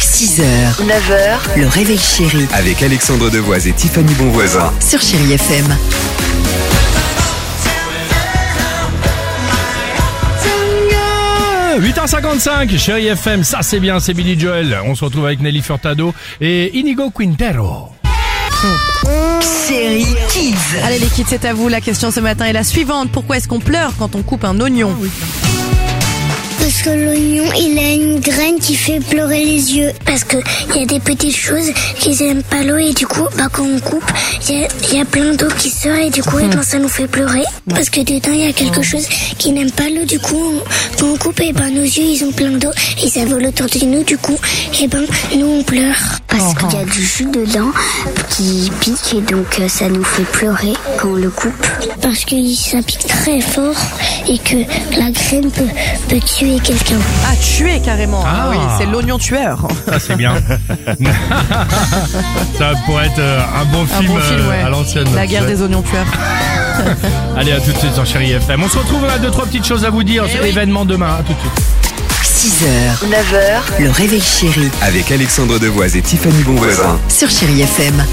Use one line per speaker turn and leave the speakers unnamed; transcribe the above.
6h, 9h, le réveil chéri
Avec Alexandre Devoise et Tiffany Bonvoisin.
sur Chéri FM.
Ah, 8h55, chérie FM, ça c'est bien, c'est Billy Joel. On se retrouve avec Nelly Furtado et Inigo Quintero.
Chéri Kids.
Allez les kids, c'est à vous. La question ce matin est la suivante. Pourquoi est-ce qu'on pleure quand on coupe un
Ah
oignon
Parce que l'oignon, il a une graine qui fait pleurer les yeux. Parce que il y a des petites choses qui n'aiment pas l'eau et du coup, bah, quand on coupe, il y a, il y a plein d'eau qui sort et du coup, eh ben, ça nous fait pleurer. Parce que dedans, il y a quelque chose qui n'aime pas l'eau. Du coup, on- quand on coupe, et ben, nos yeux, ils ont plein d'eau et ça vole autour de nous. Du coup, et ben, nous, on pleure.
Parce qu'il y a du jus dedans qui pique et donc euh, ça nous fait pleurer quand on le coupe.
Parce que ça pique très fort et que la graine peut, peut tuer quelqu'un.
Ah, tuer carrément.
Ah.
oui, c'est l'oignon tueur.
Ça c'est bien. ça pourrait être euh, un bon
Un
film,
bon film,
euh,
ouais.
à l'ancienne.
La guerre
tu sais.
des oignons tueurs.
Allez, à tout de suite sur chérie FM. On se retrouve, on a deux, trois petites choses à vous
Eh
dire sur l'événement demain. À tout de suite.
6h, 9h, le réveil chéri
Avec Alexandre Devoise et Tiffany Bonvoisin.
sur Chéri FM.